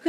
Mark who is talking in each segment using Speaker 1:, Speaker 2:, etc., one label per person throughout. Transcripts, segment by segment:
Speaker 1: 夫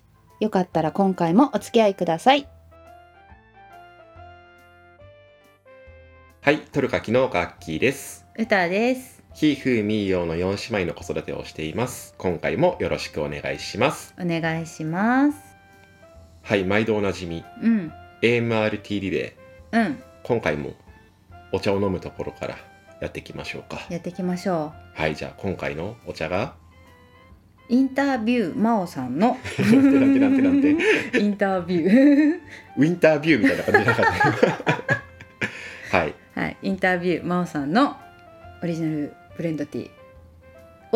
Speaker 2: よかったら今回もお付き合いください
Speaker 3: はいトルカキノーカアッキーです
Speaker 2: 歌です
Speaker 3: ひーふーみーよーの4姉妹の子育てをしています今回もよろしくお願いします
Speaker 2: お願いします
Speaker 3: はい毎度おなじみ
Speaker 2: うん
Speaker 3: AMRT リレ
Speaker 2: うん
Speaker 3: ー今回もお茶を飲むところからやっていきましょうか
Speaker 2: やっていきましょ
Speaker 3: はいじゃあ今回のお茶 が
Speaker 2: うインタビュー真央さ んの
Speaker 3: なんてなんてなんてなんて
Speaker 2: インタビュー
Speaker 3: ウィンタービューみたいな感じじゃなかった はい
Speaker 2: はいインタビュー真央さんのオリジナルブレンドティー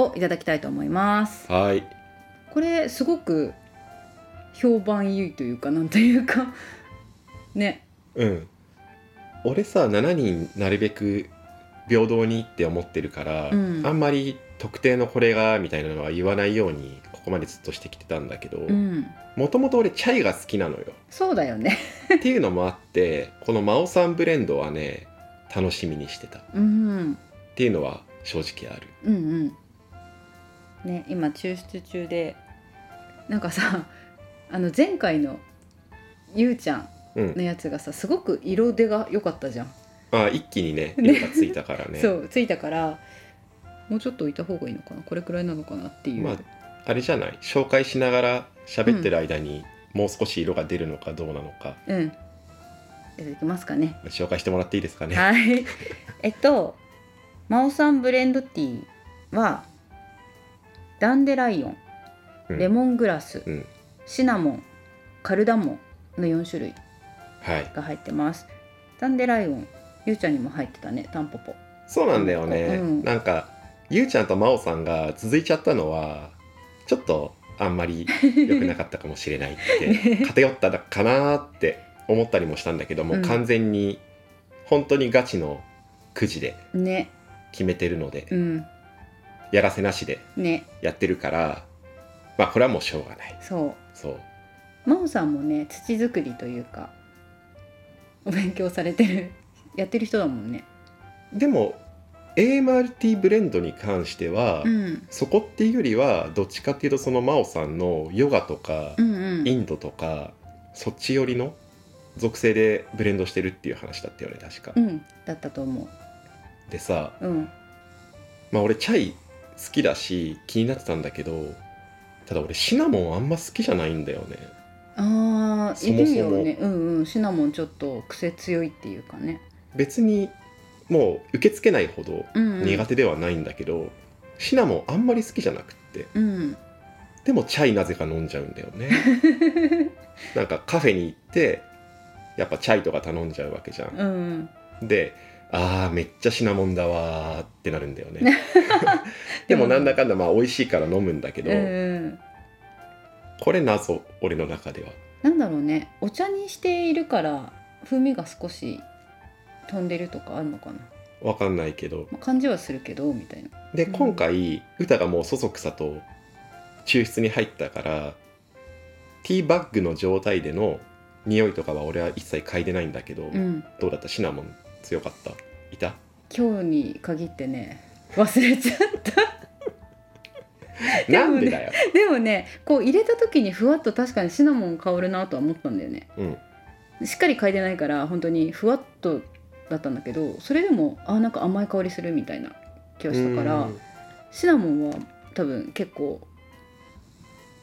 Speaker 2: をいただきたいと思います
Speaker 3: はい
Speaker 2: これすごく評判優いというかなんというかね
Speaker 3: うん俺さ7人なるべく平等にって思ってるから、
Speaker 2: うん
Speaker 3: あんまり特定のこれがみたいなのは言わないようにここまでずっとしてきてたんだけど
Speaker 2: うん
Speaker 3: もともと俺チャイが好きな のよ
Speaker 2: そうだよね
Speaker 3: っていうのもあってこの真央さんブレンドはね楽しみにしてたっ
Speaker 2: うん
Speaker 3: ていうのは正直ある
Speaker 2: うんうんね今抽出中でなんかさあの前回のゆうちゃん
Speaker 3: うん、
Speaker 2: のやつがさすごく色出が良かったじゃん、
Speaker 3: あ一気にね
Speaker 2: ね
Speaker 3: 色がついたからね
Speaker 2: そうついたからもうちょっと置いた方がいいのかなこれくらいなのかなっていう、
Speaker 3: まああれじゃない紹介しながら喋ってる間にもう少し色が出るのかどうなのか、
Speaker 2: うんいただきますかね
Speaker 3: 紹介してもらっていいですかね
Speaker 2: はい えっと真央さんブレンドティーはダンデライオン
Speaker 3: うん
Speaker 2: レモングラス、
Speaker 3: うん
Speaker 2: シナモンカルダモンの4種類
Speaker 3: はい
Speaker 2: が入ってますダンデライオンゆうちゃんにも入ってたねタンポポ
Speaker 3: そうなんだよね、
Speaker 2: うん
Speaker 3: なんかゆうちゃんとまおさんが続いちゃったのはちょっとあんまり良くなかったかもしれないって 偏ったかなって思ったりもしたんだけども、
Speaker 2: うん
Speaker 3: 完全に本当にガチのくじで
Speaker 2: ね
Speaker 3: 決めてるので、
Speaker 2: うん
Speaker 3: やらせなしで
Speaker 2: ね
Speaker 3: やってるからまあこれはもうしょうがない
Speaker 2: そ
Speaker 3: そう
Speaker 2: う真央さんもね土作りというかお勉強されてる やってる人だもんね
Speaker 3: でも AMRT ブレンドに関しては、
Speaker 2: うん
Speaker 3: そこっていうよりはどっちかっていうとその真央さんのヨガとか、
Speaker 2: うんう
Speaker 3: イ
Speaker 2: ん
Speaker 3: ンドとかそっち寄りの属性でブレンドしてるっていう話だったよね確か、
Speaker 2: うんだったと思
Speaker 3: でさ
Speaker 2: ううん
Speaker 3: まあ俺チャイ好きだし気になってたんだけどただ俺シナモンあんま好きじゃないんだよね
Speaker 2: あー
Speaker 3: そ
Speaker 2: い
Speaker 3: もそも
Speaker 2: るよねうんうんシナモンちょっと癖強いっていうかね
Speaker 3: 別にもう受け付けないほど
Speaker 2: うん、うん、
Speaker 3: 苦手ではないんだけど、シナモンあんまり好きじゃなくって
Speaker 2: うん
Speaker 3: でもチャイなぜか飲んじゃうんだよね なんかカフェに行ってやっぱチャイとか頼んじゃうわけじゃん
Speaker 2: うんうん
Speaker 3: であーめっちゃシナモンだわーってなるんだよ ね でもなんだかんだまあ美味しいから飲むんだけど、
Speaker 2: うんうん
Speaker 3: これ謎俺の中では
Speaker 2: なんだろうねお茶にしているから風味が少し飛んでるとかあるのかな、
Speaker 3: わかんないけど
Speaker 2: まあ、感じはするけどみたいな
Speaker 3: で
Speaker 2: うん
Speaker 3: 今回歌がもうそそくさと抽出に入ったからティーバッグの状態での匂いとかは俺は一切嗅いでないんだけど、
Speaker 2: うん
Speaker 3: どうだったシナモン強かったいた
Speaker 2: 今日に限ってね忘れちゃった で
Speaker 3: な
Speaker 2: もね
Speaker 3: んでだよ、
Speaker 2: でもねこう入れた時にふわっと確かにシナモン香るなとは思ったんだよね
Speaker 3: うん、
Speaker 2: しっかり嗅いでないから本当にふわっとだったんだけどそれでもあーなんか甘い香りするみたいな気がしたから
Speaker 3: うん
Speaker 2: シナモンは多分結構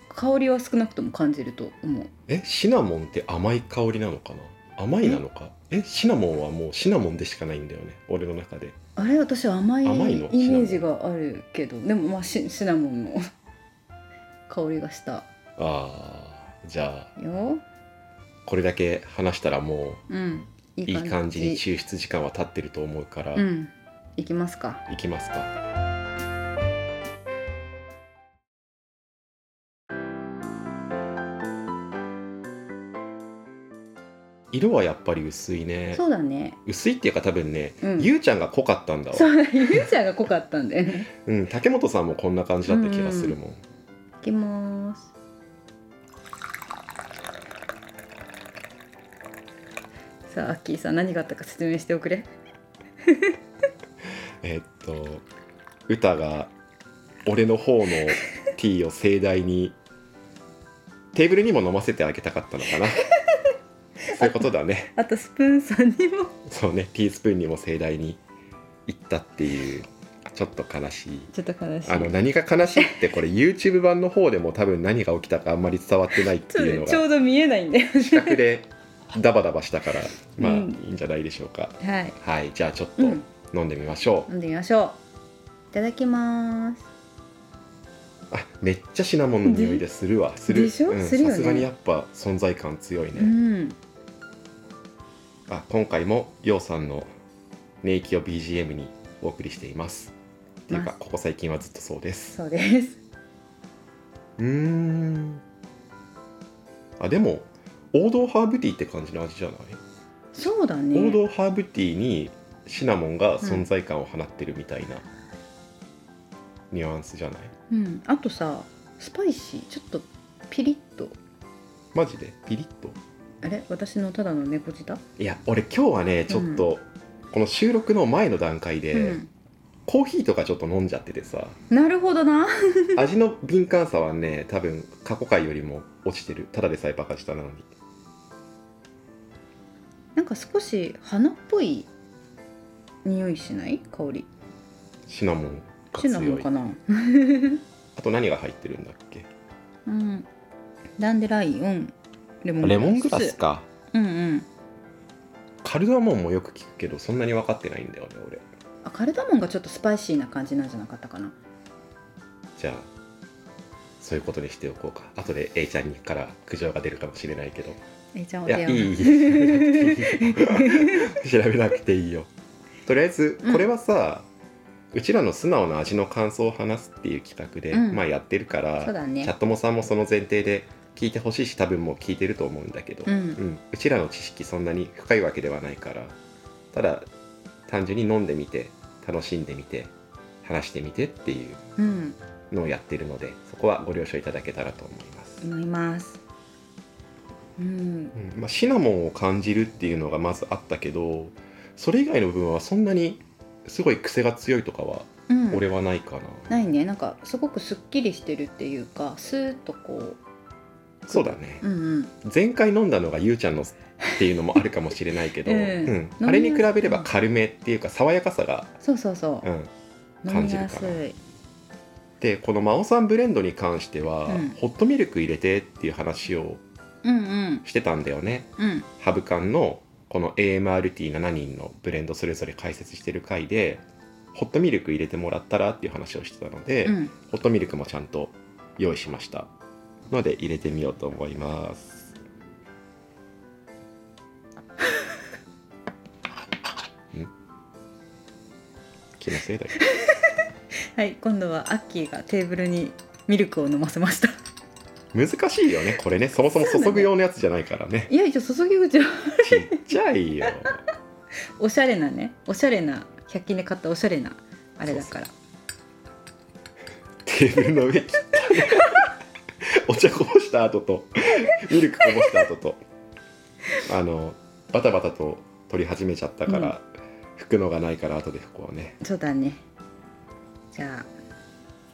Speaker 2: 香りは少なくとも感じると思う
Speaker 3: えシナモンって甘い香りなのかな甘いなのかえシナモンはもうシナモンでしかないんだよね俺の中で
Speaker 2: あれ私甘いイ
Speaker 3: 甘い
Speaker 2: メ
Speaker 3: の
Speaker 2: ージがあるけどでもまあシシナモンの 香りがした
Speaker 3: あーじゃあ
Speaker 2: よ
Speaker 3: これだけ話したらも
Speaker 2: うんいう
Speaker 3: いい感じに抽出時間は経ってると思うから、
Speaker 2: うんいきますか
Speaker 3: いきますか色はやっぱり薄いね
Speaker 2: そうだね
Speaker 3: 薄いっていうか多分ね、
Speaker 2: うん
Speaker 3: ゆうちゃんが濃かったんだわ
Speaker 2: そうだ ゆうちゃんが濃かったんだよね
Speaker 3: うん、竹本さんもこんな感じだった気がするもん、
Speaker 2: いきまーすさあアッキーさん何があったか説明しておくれ
Speaker 3: えーっと歌が俺の方のティーを盛大にテーブルにも飲ませてあげたかったの かなそういうことだね
Speaker 2: あとスプーンさんにも
Speaker 3: そうねティースプーンにも盛大に行ったっていうちょっと悲しい
Speaker 2: ちょっと悲しい
Speaker 3: あの何が悲しいってこれ YouTube 版の方でも多分何が起きたかあんまり伝わってないって
Speaker 2: そう
Speaker 3: いう
Speaker 2: ね
Speaker 3: の
Speaker 2: ちょ
Speaker 3: が
Speaker 2: うど見えないんだよ
Speaker 3: 視覚でダバダバしたからまあ
Speaker 2: う
Speaker 3: い
Speaker 2: ん
Speaker 3: いんじゃないでしょうか、
Speaker 2: はい
Speaker 3: はいじゃあちょっと
Speaker 2: うん
Speaker 3: 飲んでみましょう、
Speaker 2: 飲んでみましょういただきます
Speaker 3: あめっちゃシナモンの匂いでするわする
Speaker 2: でしょ
Speaker 3: うん
Speaker 2: するよね
Speaker 3: さすがにやっぱ存在感強いね、
Speaker 2: うん
Speaker 3: あ今回もようさんのネイキを BGM にお送りしていますっていうか
Speaker 2: ま
Speaker 3: ここ最近はずっとそうです
Speaker 2: そうです
Speaker 3: うーんあでも王道ハーブティーって感じの味じゃない、
Speaker 2: そうだ
Speaker 3: 王
Speaker 2: ね
Speaker 3: 道ハーブティーにシナモンが存在感を放ってるみたいなニュアンスじゃない
Speaker 2: うんあとさスパイシーちょっとピリッと
Speaker 3: マジでピリッと
Speaker 2: あれ私のただの猫舌
Speaker 3: いや俺今日はねちょっと、この収録の前の段階で、
Speaker 2: うん
Speaker 3: コーヒーとかちょっと飲んじゃってて さ
Speaker 2: なるほどな
Speaker 3: 味の敏感さはね多分過去回よりも落ちてるただでさえバカ舌なのに
Speaker 2: なんか少し花っぽい匂いしない香り
Speaker 3: シナモンが
Speaker 2: シナモ
Speaker 3: 強
Speaker 2: ン
Speaker 3: い
Speaker 2: かな
Speaker 3: あと何が入ってるんだっけ
Speaker 2: うんダンデライオンレモン
Speaker 3: レモングラスか
Speaker 2: うんうん
Speaker 3: カルダモンもよく聞くけどそんなに分かってないんだよね俺
Speaker 2: あカルダモンがちょっとスパイシーな感じなんじゃなかったかな
Speaker 3: じゃあそういうことにしておこうか後で A ちゃんにから苦情が出るかもしれないけど
Speaker 2: えじゃあお
Speaker 3: いやい
Speaker 2: 手を
Speaker 3: いいい 調べなくていいよとりあえずこれはさ、うちらの素直な味の感想を話すっていう企画で、
Speaker 2: うん
Speaker 3: まあやってるから
Speaker 2: そうだね
Speaker 3: チャットモさんもその前提で聞いてほしいし多分もう聞いてると思うんだけど、
Speaker 2: うん
Speaker 3: うちらの知識そんなに深いわけではないからただ単純に飲んでみて楽しんでみて話してみてっていう
Speaker 2: うん
Speaker 3: のをやってるのでそこはご了承いただけたらと思います。
Speaker 2: 思いますうん
Speaker 3: うんまあ、シナモンを感じるっていうのがまずあったけどそれ以外の部分はそんなにすごい癖が強いとかは
Speaker 2: うん
Speaker 3: 俺はないかな、
Speaker 2: ないねなんかすごくすっきりしてるっていうかスーッとこ
Speaker 3: そうだね
Speaker 2: ううんうん
Speaker 3: 前回飲んだのがゆうちゃんのっていうのもあるかもしれないけど、
Speaker 2: う
Speaker 3: うんん
Speaker 2: 飲みやすい
Speaker 3: あれに比べれば軽めっていうか爽やかさが、
Speaker 2: そうそうそう
Speaker 3: う、ん、
Speaker 2: 飲
Speaker 3: 感
Speaker 2: み
Speaker 3: じる
Speaker 2: や
Speaker 3: か
Speaker 2: す
Speaker 3: ないでこの「真央さんブレンド」に関しては、
Speaker 2: うん
Speaker 3: ホットミルク入れてっていう話を
Speaker 2: うんうん
Speaker 3: してたんだよね
Speaker 2: うん
Speaker 3: ハブ缶のこの AMRT7 人のブレンドそれぞれ解説してる回でホットミルク入れてもらったらっていう話をしてたので、
Speaker 2: うん
Speaker 3: ホットミルクもちゃんと用意しましたので入れてみようと思い ますん気のせいだけど
Speaker 2: はい今度はアッキーがテーブルにミルクを飲ませました
Speaker 3: 難しいよねこれねそもそも注ぐ用のやつじゃないから ね
Speaker 2: いやいや注ぎ口は
Speaker 3: ちっちゃいよ
Speaker 2: おしゃれなねおしゃれな100均で買ったおしゃれなあれだから
Speaker 3: テーブルの上切ったねお茶こぼした後とミルクこぼした後とあのバタバタと取り始めちゃったから、拭くのがないから後で拭こうね
Speaker 2: そうだねじゃあ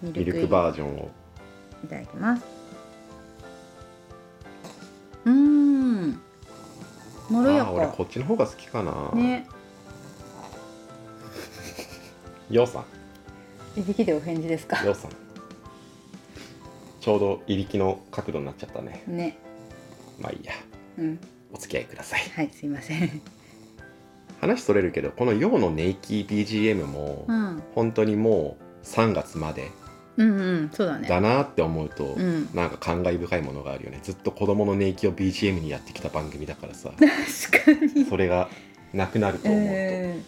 Speaker 2: ミ
Speaker 3: ミル
Speaker 2: ルク
Speaker 3: クバージョンを
Speaker 2: いただきますうーんまろや
Speaker 3: あー俺
Speaker 2: か
Speaker 3: こっちの方が好きかな、
Speaker 2: ね
Speaker 3: ようさ
Speaker 2: いびきでお返事ですか
Speaker 3: んようさんちょうどいびきの角度になっちゃったね
Speaker 2: ね
Speaker 3: まあいいや
Speaker 2: うん
Speaker 3: お付き合いください
Speaker 2: はいすいません
Speaker 3: 話それるけどこの「ようのネイキー BGM」も
Speaker 2: うん
Speaker 3: 本当にもう3月まで
Speaker 2: うんうんそうだね
Speaker 3: だなって思うと、
Speaker 2: うん
Speaker 3: なんか感慨深いものがあるよねずっと子供の年金を BGM にやってきた番組だから さ
Speaker 2: 確かに
Speaker 3: それがなくなると思うと、
Speaker 2: うん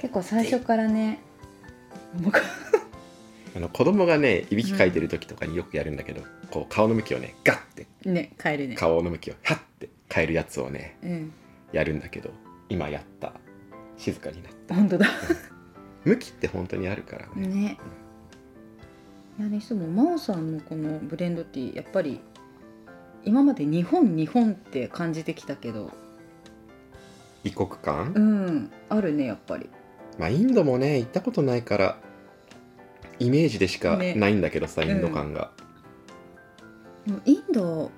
Speaker 2: 結構最初からねもうこ
Speaker 3: あの子供がねいびきかいてる時とかによくやるんだけど、こう顔の向きをねガッて
Speaker 2: ね帰るね
Speaker 3: 顔の向きをハッて変えるやつをね
Speaker 2: うん
Speaker 3: やるんだけど今やった静かになった
Speaker 2: 本当だ
Speaker 3: 向きって本当にあるからね、
Speaker 2: ねいやにしても真央さんのこのブレンドティーやっぱり今まで日本日本って感じてきたけど
Speaker 3: 異国感、
Speaker 2: うんあるねやっぱり
Speaker 3: まあインドもね行ったことないからイメージでしか
Speaker 2: ね
Speaker 3: ないんだけどさ、
Speaker 2: うん
Speaker 3: インド感が、
Speaker 2: でもインドっ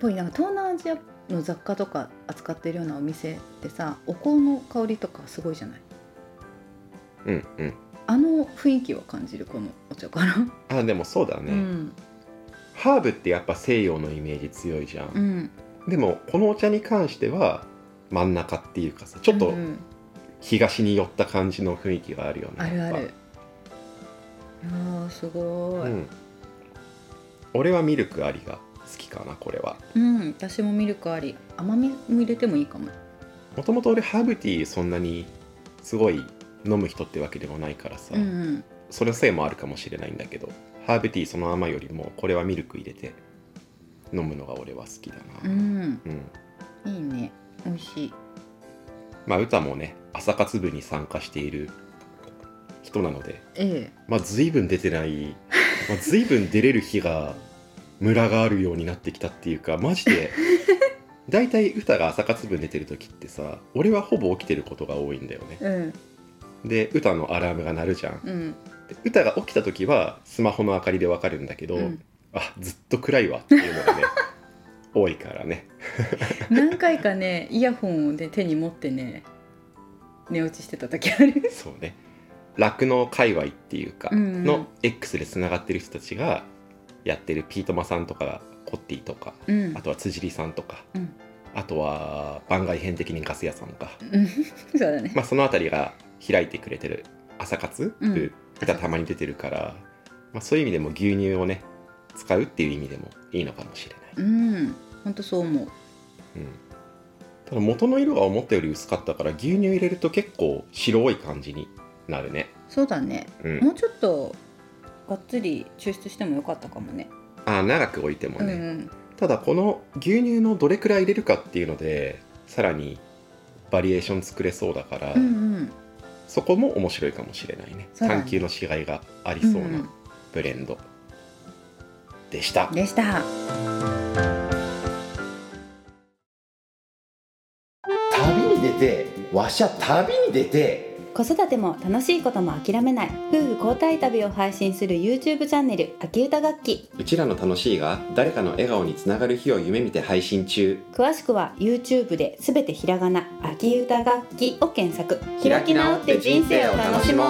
Speaker 2: ぽいなんか東南アジアの雑貨とか扱ってるようなお店ってさお香の香りとかすごいじゃない
Speaker 3: うん、うん
Speaker 2: あの雰囲気は感じるこのお茶から、
Speaker 3: あでもそうだね、
Speaker 2: うん
Speaker 3: ハーブってやっぱ西洋のイメージ強いじゃ、
Speaker 2: うんん
Speaker 3: でもこのお茶に関しては真ん中っていうかさちょっ
Speaker 2: う
Speaker 3: と
Speaker 2: んうん
Speaker 3: 東に寄った感じの雰囲気があるよね
Speaker 2: あるあ
Speaker 3: やっ
Speaker 2: るいやーすご
Speaker 3: ぱ
Speaker 2: い、
Speaker 3: う
Speaker 2: うん、
Speaker 3: ん俺はミルクありが好きかなこれは
Speaker 2: 私もミルクあり甘みも入れてもいいかも
Speaker 3: もともと俺ハーブティーそんなにすごい飲む人ってわけでもないからさ、
Speaker 2: うんうん
Speaker 3: それのせいもあるかもしれないんだけどハーブティーそのままよりもこれはミルク入れて飲むのが俺は好きだな
Speaker 2: うん
Speaker 3: うん、
Speaker 2: いいね美味しい
Speaker 3: まあ歌もね朝活部に参加している人なので
Speaker 2: え
Speaker 3: まあ随分出てない、まあ、随分出れる日がムラがあるようになってきたっていうかマジで大体歌が朝活分出てる時ってさ俺はほぼ起きてることが多いんだよね
Speaker 2: えうん
Speaker 3: で歌のアラームが鳴るじゃん
Speaker 2: うん
Speaker 3: で歌が起きた時はスマホの明かりでわかるんだけど、
Speaker 2: うん
Speaker 3: あずっと暗いわっていうのがね 多いからね
Speaker 2: 何回かねイヤホンを、ね、手に持ってね寝落ちしてた時ある
Speaker 3: そうね酪農界隈っていうか
Speaker 2: うんうん
Speaker 3: の X でつながってる人たちがやってるピートマさんとかコッティとか
Speaker 2: うん
Speaker 3: あとは辻里さんとか、
Speaker 2: うん
Speaker 3: あとは番外編的にガス屋さんか、
Speaker 2: うんそうだね
Speaker 3: まあ、その辺りが開いてくれてる朝活、
Speaker 2: うん
Speaker 3: 歌たまに出てるから、まあ、そういう意味でも牛乳をね使うっていう意味でもいいのかもしれない、
Speaker 2: うんほんとそう思う
Speaker 3: うんただ元の色が思ったより薄かったから牛乳入れると結構白い感じになるね、
Speaker 2: そうだね
Speaker 3: うん、
Speaker 2: もうちょっとがっつり抽出してもよかったかもね
Speaker 3: あー長く置いても
Speaker 2: うん
Speaker 3: ね、
Speaker 2: うん
Speaker 3: ただこの牛乳のどれくらい入れるかっていうのでさらにバリエーション作れそうだから、
Speaker 2: うんうん
Speaker 3: そこも面白いかもしれないね
Speaker 2: そうだね
Speaker 3: 探求のしがいがあり
Speaker 2: うん
Speaker 3: そうなブレンドでした、
Speaker 2: うんでした
Speaker 4: 旅に出てわしゃ旅に出て
Speaker 5: 子育ても楽しいことも諦めない夫婦交代旅を配信する YouTube チャンネル「秋歌楽器
Speaker 3: うちらの楽しいが誰かの笑顔につながる日を夢見て配信中」
Speaker 5: 詳しくは YouTube で「すべてひらがな秋歌楽器」を検索
Speaker 3: 開き直って人生を楽しもう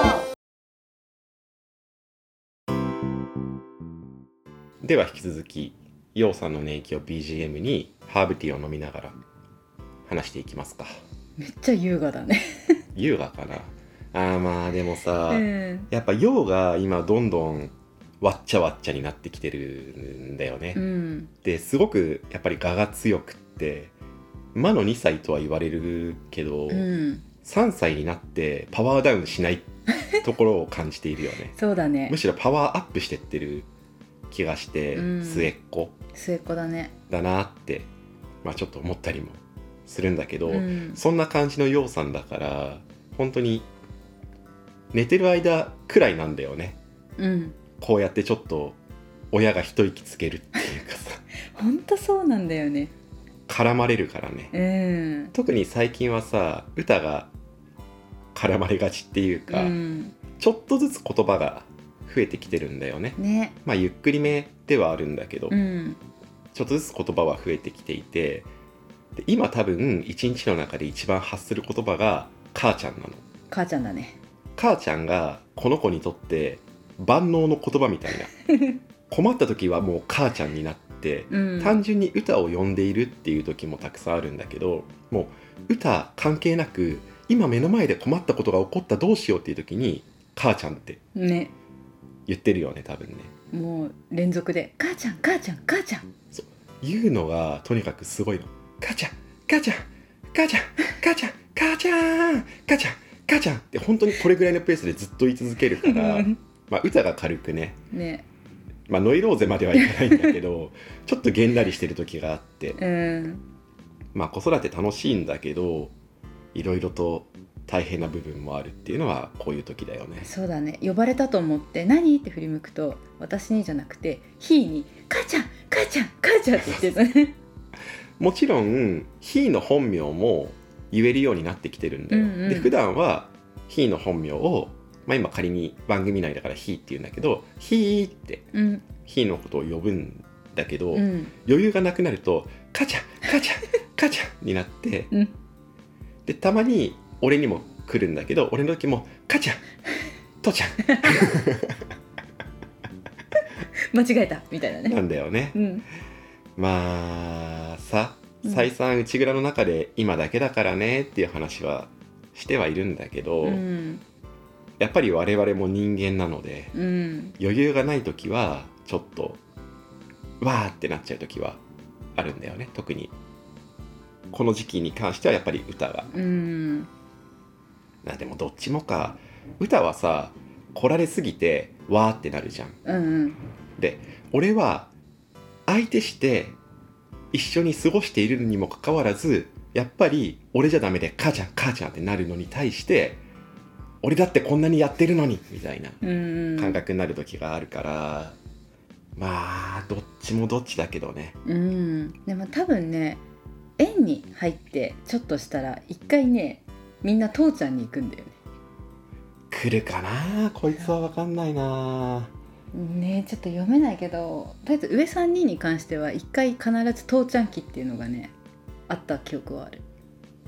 Speaker 3: では引き続きようさんの年季を BGM にハーブティーを飲みながら話していきますか
Speaker 2: めっちゃ優雅だね
Speaker 3: 優雅かなあーまあでもさ、
Speaker 2: うん
Speaker 3: やっぱようが今どんどんわっちゃわっちゃになってきてるんだよね、
Speaker 2: うん
Speaker 3: ですごくやっぱり我が強くって魔の2歳とは言われるけど、
Speaker 2: うん
Speaker 3: 3歳になってパワーダウンしないところを感じているよ ね
Speaker 2: そうだね
Speaker 3: むしろパワーアップしてってる気がして、
Speaker 2: うん
Speaker 3: 末っ子
Speaker 2: 末っ子だね
Speaker 3: だなって、まあ、ちょっと思ったりもするんだけど、
Speaker 2: うん
Speaker 3: そんな感じのようさんだから本当に寝てる間くらいなんだよね
Speaker 2: うん
Speaker 3: こうやってちょっと親が一息つけるっていうかさ
Speaker 2: ほんとそうなんだよね
Speaker 3: 絡まれるからね
Speaker 2: うん
Speaker 3: 特に最近はさ歌が絡まれがちっていう
Speaker 2: う
Speaker 3: か、
Speaker 2: ん
Speaker 3: ちょっとずつ言葉が増えてきてるんだよね
Speaker 2: ね
Speaker 3: まあゆっくりめではあるんだけど、
Speaker 2: うん
Speaker 3: ちょっとずつ言葉は増えてきていてで今多分一日の中で一番発する言葉が「母ちゃん」なの
Speaker 2: 母ちゃんだね
Speaker 3: 母ちゃんがこの子にとって万能の言葉みたいな 困った時はもう母ちゃんになって
Speaker 2: うん
Speaker 3: 単純に歌を呼んでいるっていう時もたくさんあるんだけどもう歌関係なく今目の前で困ったことが起こったどうしようっていう時に「母ちゃん」って
Speaker 2: ね
Speaker 3: 言ってるよね多分ね
Speaker 2: もう連続で「母ちゃん母ちゃん母ちゃん
Speaker 3: 言うのがとにかくすごいの「母ちゃん母ちゃん母ちゃん母ちゃん母ちゃん母ちゃん母ちゃん」って本当にこれぐらいのペースでずっと言い続けるか」 らまあ歌が軽くね
Speaker 2: ね
Speaker 3: まあ、ノイローゼまではいかないんだけどちょっとげんなりしてる時があって
Speaker 2: うん
Speaker 3: まあ、子育て楽しいんだけどいろいろと大変な部分もあるっていうのはこういう時だよね。
Speaker 2: そうだね呼ばれたと思って「何?」って振り向くと私にじゃなくて「ひー」に「母ちゃん母ちゃん母ちゃん」って言って たね
Speaker 3: もちろんひーの本名も言えるようになってきてるんだよ。
Speaker 2: うんうん
Speaker 3: で普段はひーの本名を、まあ、今仮に番組内だからひーって言うんだけどひーって
Speaker 2: うん
Speaker 3: ひーのことを呼ぶんだけど、
Speaker 2: うん
Speaker 3: 余裕がなくなると「かちゃんかちゃんかちゃん」になって、
Speaker 2: うん
Speaker 3: でたまに俺にも来るんだけど俺の時も「かちゃん」「とちゃん
Speaker 2: 間違えたみたいな」
Speaker 3: な
Speaker 2: ね
Speaker 3: んだよね
Speaker 2: うん
Speaker 3: まあさ
Speaker 2: うん
Speaker 3: 再三内蔵の中で今だけだからねっていう話はしてはいるんだけど、
Speaker 2: うん
Speaker 3: やっぱり我々も人間なので
Speaker 2: うん
Speaker 3: 余裕がない時はちょっとわーってなっちゃう時はあるんだよね特にこの時期に関してはやっぱり歌が
Speaker 2: うん
Speaker 3: なでもどっちもか歌はさ来られすぎてわーってなるじゃん
Speaker 2: うん
Speaker 3: 俺は相手して一緒に過ごしているにもかかわらずやっぱり俺じゃダメで母ちゃん母ちゃんってなるのに対して俺だってこんなにやってるのにみたいな
Speaker 2: うん
Speaker 3: 感覚になる時があるから、まあどっちもどっちだけどね
Speaker 2: うんでも多分ね園に入ってちょっとしたら一回ねみんな父ちゃんに行くんだよね
Speaker 3: 来るかなこいつは分かんないな
Speaker 2: ねちょっと読めないけどとりあえず上3人に関しては一回必ず父ちゃん期っていうのがねあった記憶はある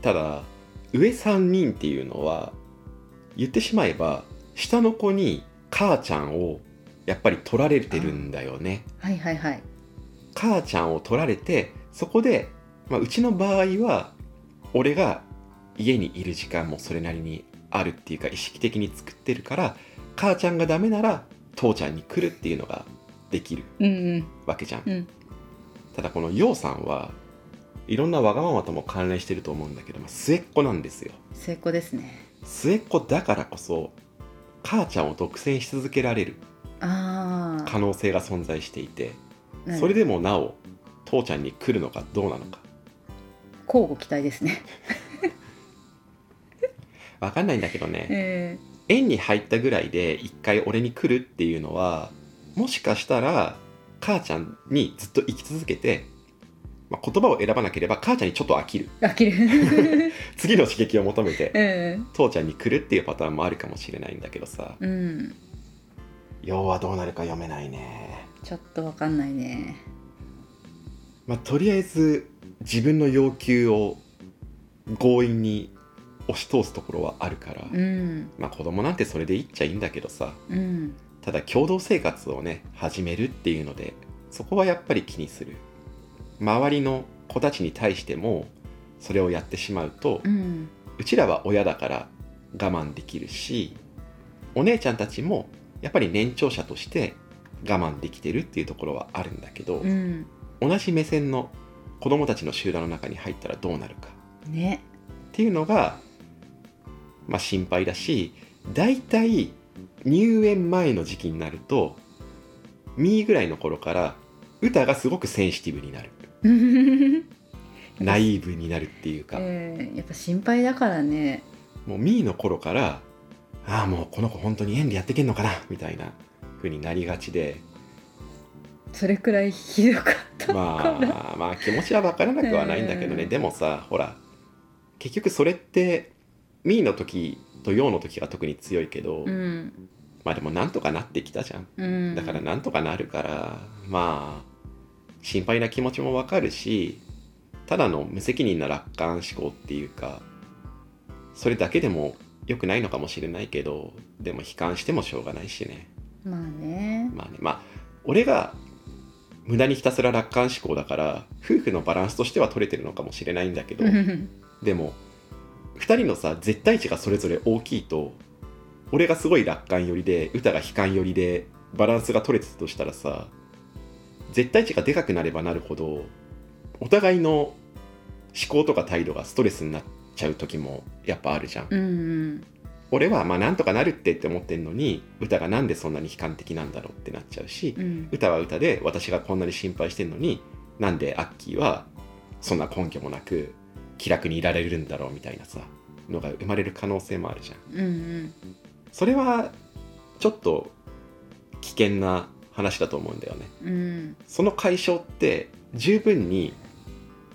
Speaker 3: ただ上3人っていうのは言ってしまえば下の子に母ちゃんをやっぱり取られてるんだよね
Speaker 2: はいはいはい
Speaker 3: 母ちゃんを取られてそこで、まあ、うちの場合は俺が家にいる時間もそれなりにあるっていうか意識的に作ってるから母ちゃんがダメなら父ちゃんに来るっていうのができる
Speaker 2: うんうん
Speaker 3: わけじゃん、
Speaker 2: うん
Speaker 3: ただこのようさんはいろんなわがままとも関連してると思うんだけど、まあ、末っ子なんですよ
Speaker 2: 成功ですね
Speaker 3: 末っ子だからこそ母ちゃんを独占し続けられる
Speaker 2: あ
Speaker 3: 可能性が存在していて
Speaker 2: あ
Speaker 3: それ
Speaker 2: で
Speaker 3: でもなお父ちゃんに来るのかどうなのか
Speaker 2: 交互期待ですね
Speaker 3: 分かんないんだけどね
Speaker 2: え
Speaker 3: 園に入ったぐらいで一回俺に来るっていうのはもしかしたら母ちゃんにずっと生き続けて、まあ、言葉を選ばなければ母ちゃんにちょっと飽きる
Speaker 2: ー、飽きる
Speaker 3: 次の刺激を求めて
Speaker 2: うん
Speaker 3: 父ちゃんに来るっていうパターンもあるかもしれないんだけどさ
Speaker 2: うん
Speaker 3: 要はどうなるか読めないね。
Speaker 2: ちょっとわかんないね
Speaker 3: まあ、とりあえず自分の要求を強引に押し通すところはあるから、
Speaker 2: うん
Speaker 3: まあ、子供なんてそれでいいっちゃいいんだけどさ
Speaker 2: うん
Speaker 3: ただ共同生活をね始めるっていうのでそこはやっぱり気にする周りの子たちに対してもそれをやってしまうと、う
Speaker 2: うん
Speaker 3: ちらは親だから我慢できるしお姉ちゃんたちもやっぱり年長者として我慢できてるっていうところはあるんだけど、
Speaker 2: うん
Speaker 3: 同じ目線の子供たちの集団の中に入ったらどうなるか
Speaker 2: ね
Speaker 3: っていうのが、まあ、心配だし大体入園前の時期になるとミーぐらいの頃から歌がすごくセンシティブになるナイーブになるっていうか、
Speaker 2: えー、やっぱ心配だからね
Speaker 3: もうミーの頃からああもうこの子本当に園でやってけんのかなみたいな風になりがちで
Speaker 2: それくらいひ どかった
Speaker 3: まあまあ気持ちは分からなくはないんだけどね、
Speaker 2: うん
Speaker 3: でもさほら結局それってミーの時とヨウの時が特に強いけど、
Speaker 2: うん
Speaker 3: まあでもなんとかなってきたじゃん
Speaker 2: うん
Speaker 3: だからなんとかなるから、まあ心配な気持ちもわかるしただの無責任な楽観思考っていうかそれだけでも良くないのかもしれないけどでも悲観してもしょうがないしね
Speaker 2: まあね
Speaker 3: まあねまあ俺が無駄にひたすら楽観思考だから夫婦のバランスとしては取れてるのかもしれないんだけど
Speaker 2: うん
Speaker 3: でも2人のさ絶対値がそれぞれ大きいと俺がすごい楽観寄りで歌が悲観寄りでバランスが取れてたとしたらさ絶対値がでかくなればなるほどお互いの思考とか態度がストレスになっちゃう時もやっぱあるじゃん、
Speaker 2: うん
Speaker 3: 俺はまあなんとかなるってって思ってんのに歌がなんでそんなに悲観的なんだろうってなっちゃうし、
Speaker 2: うん
Speaker 3: 歌は歌で私がこんなに心配してんのになんでアッキーはそんな根拠もなく気楽にいられるんだろうみたいなさのが生まれる可能性もあるじゃん
Speaker 2: うんうん
Speaker 3: それはちょっと危険な話だと思うんだよね
Speaker 2: うん
Speaker 3: その解消って十分に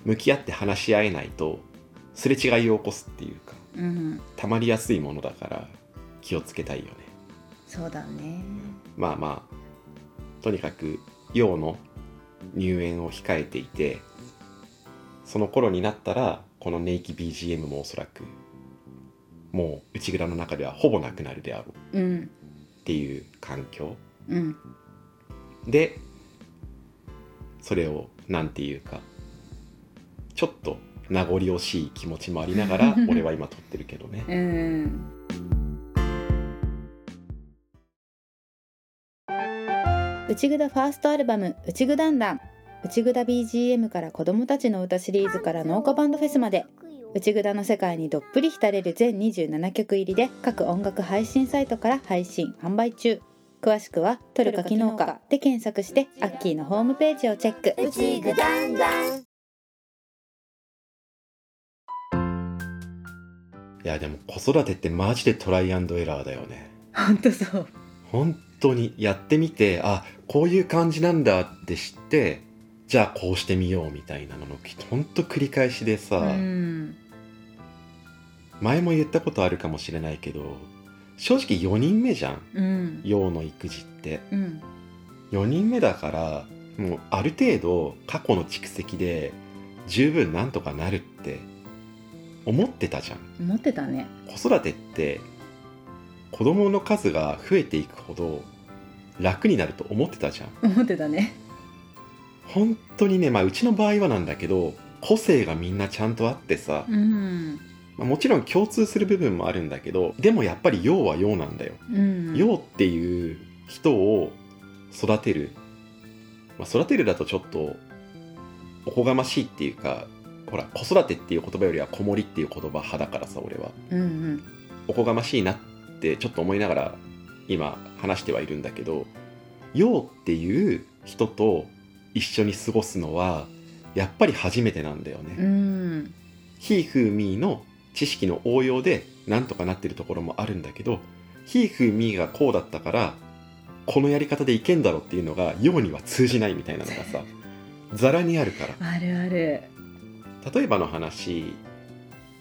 Speaker 3: 向き合って話し合えないとすれ違いを起こすっていうか
Speaker 2: うん
Speaker 3: 溜まりやすいものだから気をつけたいよね
Speaker 2: そうだね
Speaker 3: まあまあとにかく陽の入園を控えていてその頃になったらこの寝息 BGM もおそらくもう内蔵の中ではほぼなくなるであろう
Speaker 2: うん
Speaker 3: っていう環境
Speaker 2: うん
Speaker 3: でそれをなんていうかちょっと名残惜しい気持ちもありながら俺は今撮ってるけどね
Speaker 2: うん
Speaker 5: 内ぐだファーストアルバム「内ぐだんだん」内ぐだ BGM から子どもたちの歌シリーズから農家バンドフェスまで内ぐだの世界にどっぷり浸れる全27曲入りで各音楽配信サイトから配信販売中詳しくは「トルカ機能かで検索してアッキーのホームページをチェック
Speaker 3: いやでも子育てってマジでトライアンドエラーだよね
Speaker 2: 本当そう
Speaker 3: 本当にやってみてあこういう感じなんだって知ってじゃあこうしてみようみたいなののほんと繰り返しでさ、
Speaker 2: うん
Speaker 3: 前も言ったことあるかもしれないけど正直4人目じゃん
Speaker 2: うん
Speaker 3: 陽の育児って
Speaker 2: うん
Speaker 3: 4人目だからもうある程度過去の蓄積で十分なんとかなるって思ってたじゃん
Speaker 2: 思ってたね
Speaker 3: 子育てって子供の数が増えていくほど楽になると思ってたじゃん
Speaker 2: 思ってたね
Speaker 3: 本当にね、まあ、うちの場合はなんだけど個性がみんなちゃんとあってさ、
Speaker 2: うん
Speaker 3: まあもちろん共通する部分もあるんだけどでもやっぱり陽は陽なんだよ、
Speaker 2: うん
Speaker 3: 陽っていう人を育てる、まあ、育てるだとちょっとおこがましいっていうかほら子育てっていう言葉よりは子守っていう言葉派だからさ俺は
Speaker 2: うんうん
Speaker 3: おこがましいなってちょっと思いながら今話してはいるんだけど陽っていう人と一緒に過ごすのはやっぱり初めてなんだよ
Speaker 2: う
Speaker 3: ね。
Speaker 2: ん
Speaker 3: ひーふーみーの知識の応用でなんとかなってるところもあるんだけどひーふーみーがこうだったからこのやり方でいけんだろっていうのが陽には通じないみたいなのがさざらにあるから
Speaker 2: あるある
Speaker 3: 例えばの話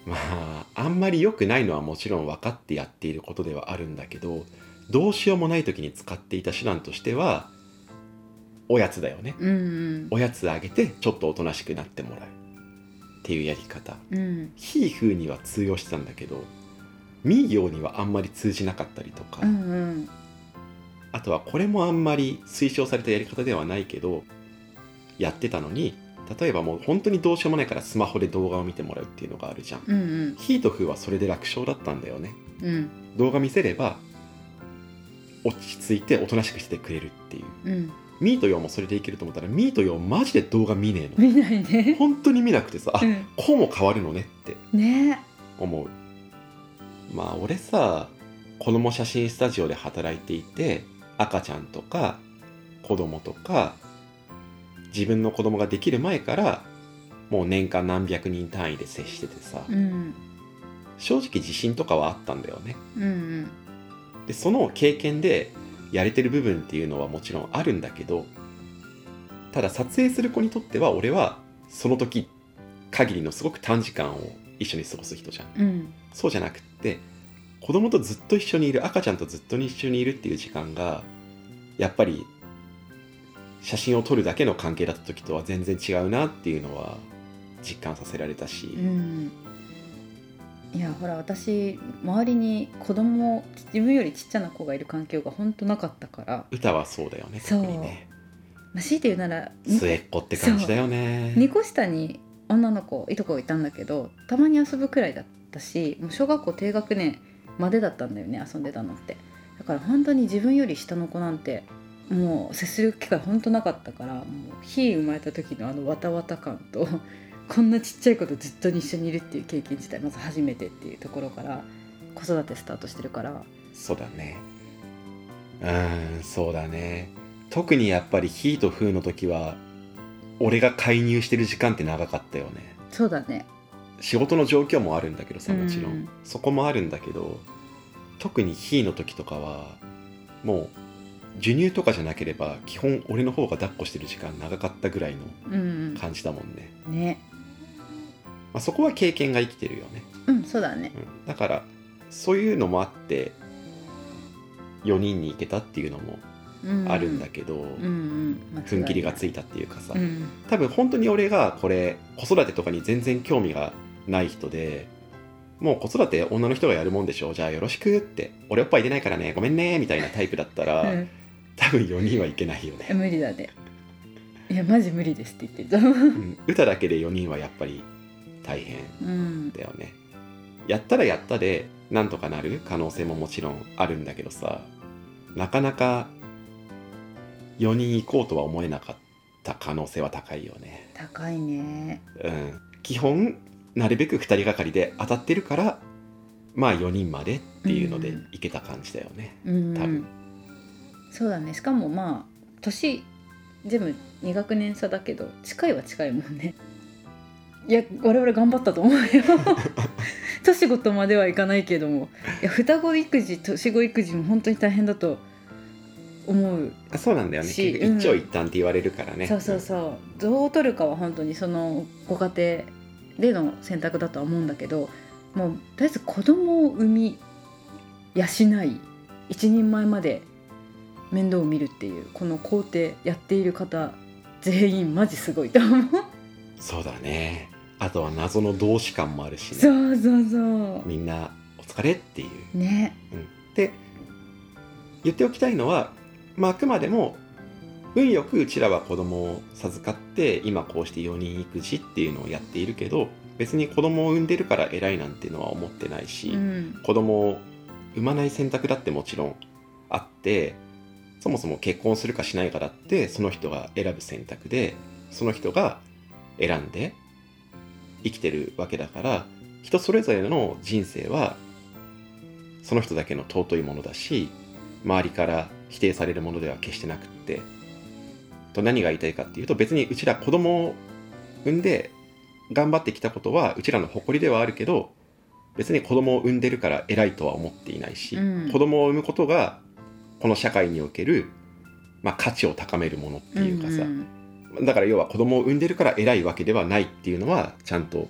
Speaker 3: まああんまり良くないのはもちろん分かってやっていることではあるんだけどどうしようもない時に使っていた手段としてはおやつだよね
Speaker 2: うん
Speaker 3: おやつあげてちょっとおとなしくなってもらうっていうやり方
Speaker 2: うんうん
Speaker 3: ひーふーには通用してたんだけどみーようにはあんまり通じなかったりとか、
Speaker 2: うんうん
Speaker 3: あとはこれもあんまり推奨されたやり方ではないけどやってたのに例えばもう本当にどうしようもないからスマホで動画を見てもらうっていうのがあるじゃん、
Speaker 2: うんうん
Speaker 3: ヒーとフーはそれで楽勝だったんだよね
Speaker 2: うん
Speaker 3: 動画見せれば落ち着いておとなしくしてくれるっていう
Speaker 2: うん
Speaker 3: ミーとヨウもそれでいけると思ったらミーとヨウマジで動画見ねえの
Speaker 2: 見ないね
Speaker 3: 本当に見なくてさあ
Speaker 2: うん
Speaker 3: こうも変わるのねって
Speaker 2: ね
Speaker 3: 思うまあ俺さ子供写真スタジオで働いていて赤ちゃんとか子供とか自分の子供ができる前からもう年間何百人単位で接しててさ
Speaker 2: うん
Speaker 3: 正直自信とかはあったんだよね
Speaker 2: うん
Speaker 3: でその経験でやれてる部分っていうのはもちろんあるんだけどただ撮影する子にとっては俺はその時限りのすごく短時間を一緒に過ごす人じゃん
Speaker 2: うんうん
Speaker 3: そうじゃなくって子供とずっと一緒にいる赤ちゃんとずっと一緒にいるっていう時間がやっぱり写真を撮るだけの関係だった時とは全然違うなっていうのは実感させられたし、
Speaker 2: うんいやほら私周りに子供自分よりちっちゃな子がいる環境が本当なかったから、
Speaker 3: 歌はそうだよね特にね
Speaker 2: まあ、強いて言うならに
Speaker 3: 末っ子って感じだよね
Speaker 2: 二個下に女の子いとこがいたんだけどたまに遊ぶくらいだったしもう小学校低学年までだったんだよね遊んでたのってだから本当に自分より下の子なんてもう接する機会本当なかったからもうひ生まれた時のあのわたわた感とこんなちっちゃい子とずっと一緒にいるっていう経験自体まず初めてっていうところから子育てスタートしてるから
Speaker 3: そうだねうーんそうだね特にやっぱり「ヒーと「フー」の時は俺が介入してる時間って長かったよね
Speaker 2: そうだね
Speaker 3: 仕事の状況もあるんだけどさ
Speaker 2: うん
Speaker 3: もちろん、そこもあるんだけど特にヒーの時とかはもう授乳とかじゃなければ基本俺の方が抱っこしてる時間長かったぐらいの
Speaker 2: うん
Speaker 3: 感じだもんね、
Speaker 2: うんね
Speaker 3: まあ、そこは経験が生きてるよね、
Speaker 2: うんそうだね
Speaker 3: うん、だからそういうのもあって4人に行けたっていうのもあるんだけど、
Speaker 2: けうんうん
Speaker 3: 踏ん切りがつ
Speaker 2: い
Speaker 3: いたっていうかさ、
Speaker 2: たうん
Speaker 3: 多分本当に俺がこれ子育てとかに全然興味がない人でもう子育て女の人がやるもんでしょじゃあよろしくって俺おっぱい出ないからねごめんねみたいなタイプだったら、
Speaker 2: うん
Speaker 3: 多分4人はいけないよね
Speaker 2: 無理だねいやマジ無理ですって言ってた
Speaker 3: うん歌だけで4人はやっぱり大変
Speaker 2: うん
Speaker 3: だよねやったらやったでなんとかなる可能性ももちろんあるんだけどさなかなか4人行こうとは思えなかった可能性は高いよね
Speaker 2: 高いね
Speaker 3: うん、基本なるべく2人がかりで当たってるからまあ4人までっていうので
Speaker 2: うん
Speaker 3: いけた感じだよね。
Speaker 2: うん
Speaker 3: 多分
Speaker 2: そうだねしかもまあ年全部2学年差だけど近いは近いもんねいや我々頑張ったと 思うよ年ごとまではいかないけどもいや双子育児年子育児も本当に大変だと思う
Speaker 3: そうなんだよね
Speaker 2: し
Speaker 3: 結局一長一短って言われるからね。
Speaker 2: そうそうそうどう取るかは本当にそのご家庭での選択だとは思うんだけどもうとりあえず子供を産み養い一人前まで面倒を見るっていうこの工程やっている方全員マジすごいと思う
Speaker 3: うんそうだねあとは謎の同志感もあるしね
Speaker 2: そうそうそ
Speaker 3: みんなお疲れっていう。
Speaker 2: うね
Speaker 3: で言っておきたいのは、まあ、あくまでも運よくうちらは子供を授かって今こうして4人育児っていうのをやっているけど別に子供を産んでるから偉いなんてのは思ってないし。
Speaker 2: うん
Speaker 3: 子供を産まない選択だってもちろんあってそもそも結婚するかしないかだってその人が選ぶ選択でその人が選んで生きてるわけだから人それぞれの人生はその人だけの尊いものだし周りから否定されるものでは決してなくってと何が言いたいかっていうと別にうちら子供を産んで頑張ってきたことはうちらの誇りではあるけど別に子供を産んでるから偉いとは思っていないし、
Speaker 2: うん
Speaker 3: 子供を産むことがこの社会における、まあ、価値を高めるものっていうかさ、
Speaker 2: ん
Speaker 3: だから要は子供を産んでるから偉いわけではないっていうのはちゃんと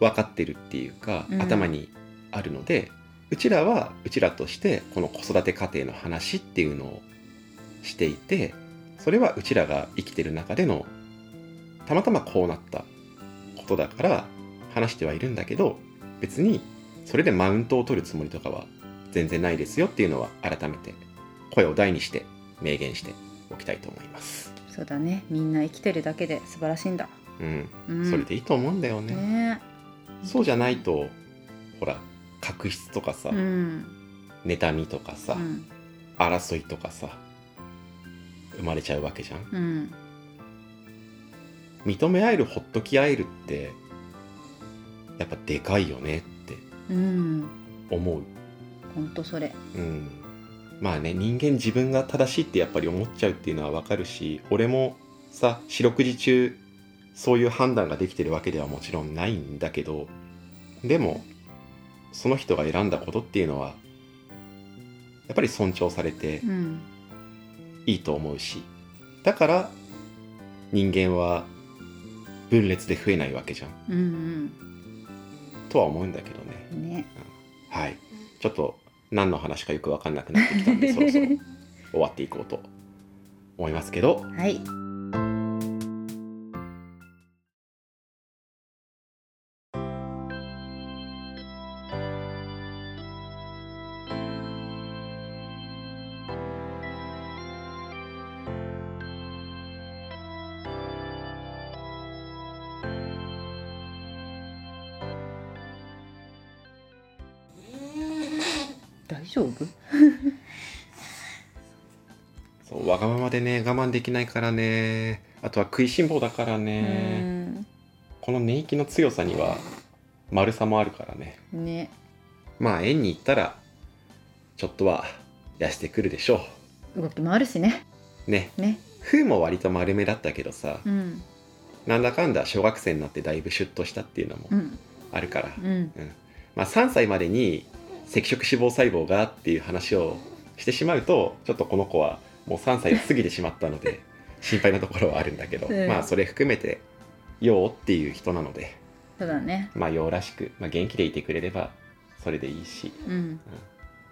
Speaker 3: 分かってるっていうか、
Speaker 2: うん
Speaker 3: 頭にあるのでうちらはうちらとしてこの子育て家庭の話っていうのをしていてそれはうちらが生きてる中でのたまたまこうなったことだから話してはいるんだけど別にそれでマウントを取るつもりとかは全然ないですよっていうのは改めて声を大にして明言しておきたいと思います。
Speaker 2: うんそうだねみんな生きてるだけで素晴らしいんだ、
Speaker 3: うん
Speaker 2: うん、
Speaker 3: それでいいと思うんだよね。
Speaker 2: ね
Speaker 3: そうじゃないとほら確執とかさ、
Speaker 2: うん
Speaker 3: 妬みとかさ、
Speaker 2: うん
Speaker 3: 争いとかさ生まれちゃうわけじゃん。
Speaker 2: うん
Speaker 3: 認め合えるほっとき合えるってやっぱでかいよねっ
Speaker 2: うん
Speaker 3: て思う。
Speaker 2: ほんとそれ
Speaker 3: うん、まあね人間自分が正しいってやっぱり思っちゃうっていうのはわかるし俺もさ四六時中そういう判断ができてるわけではもちろんないんだけどでもその人が選んだことっていうのはやっぱり尊重されて
Speaker 2: うん
Speaker 3: いいと思うしだから人間は分裂で増えないわけじゃん
Speaker 2: うん
Speaker 3: とは思うんだけどね
Speaker 2: うんね
Speaker 3: はいちょっと何の話かよく分かんなくなってきたんでそろそろ終わっていこうと思いますけど
Speaker 2: はい大丈夫
Speaker 3: そうわがままでね我慢できないからねあとは食いしん坊だからねこの寝息の強さには丸さもあるからね
Speaker 2: うんね
Speaker 3: まあ園に行ったらちょっとは痩せてくるでしょ
Speaker 2: 動き回るしね
Speaker 3: うね
Speaker 2: ね
Speaker 3: 風も割と丸めだったけどさ
Speaker 2: うん
Speaker 3: なんだかんだ小学生になってだいぶシュッとしたっていうのも
Speaker 2: うん
Speaker 3: あるから、
Speaker 2: うん
Speaker 3: まあ、3歳までに赤色脂肪細胞がっていう話をしてしまうとちょっとこの子はもう3歳を過ぎてしまったの で心配なところはあるんだけど、
Speaker 2: うん
Speaker 3: まあそれ含めて陽っていう人なので、
Speaker 2: そうだね
Speaker 3: まあ、陽らしく、まあ、元気でいてくれればそれでいいし、
Speaker 2: うん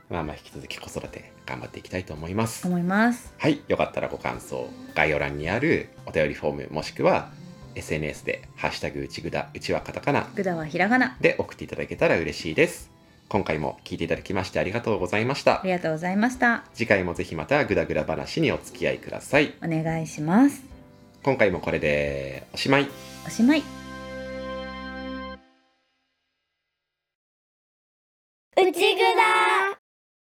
Speaker 3: まあ、まあ引き続き子育て頑張っていきたいと思います。
Speaker 2: 思います
Speaker 3: はい、よかったらご感想、概要欄にあるお便りフォームもしくは SNS で「ハッシュタグうちぐだうちはカタカナ
Speaker 2: グダはひらがな」
Speaker 3: で送っていただけたら嬉しいです。今回も聞いていただきましてありがとうございまし
Speaker 2: あ
Speaker 3: た
Speaker 2: り。がとうございました
Speaker 3: 次回もぜひまたぐだぐだ話にお付き合いください。
Speaker 2: お願いします
Speaker 3: 今回もこれでおしまい。
Speaker 2: おしまい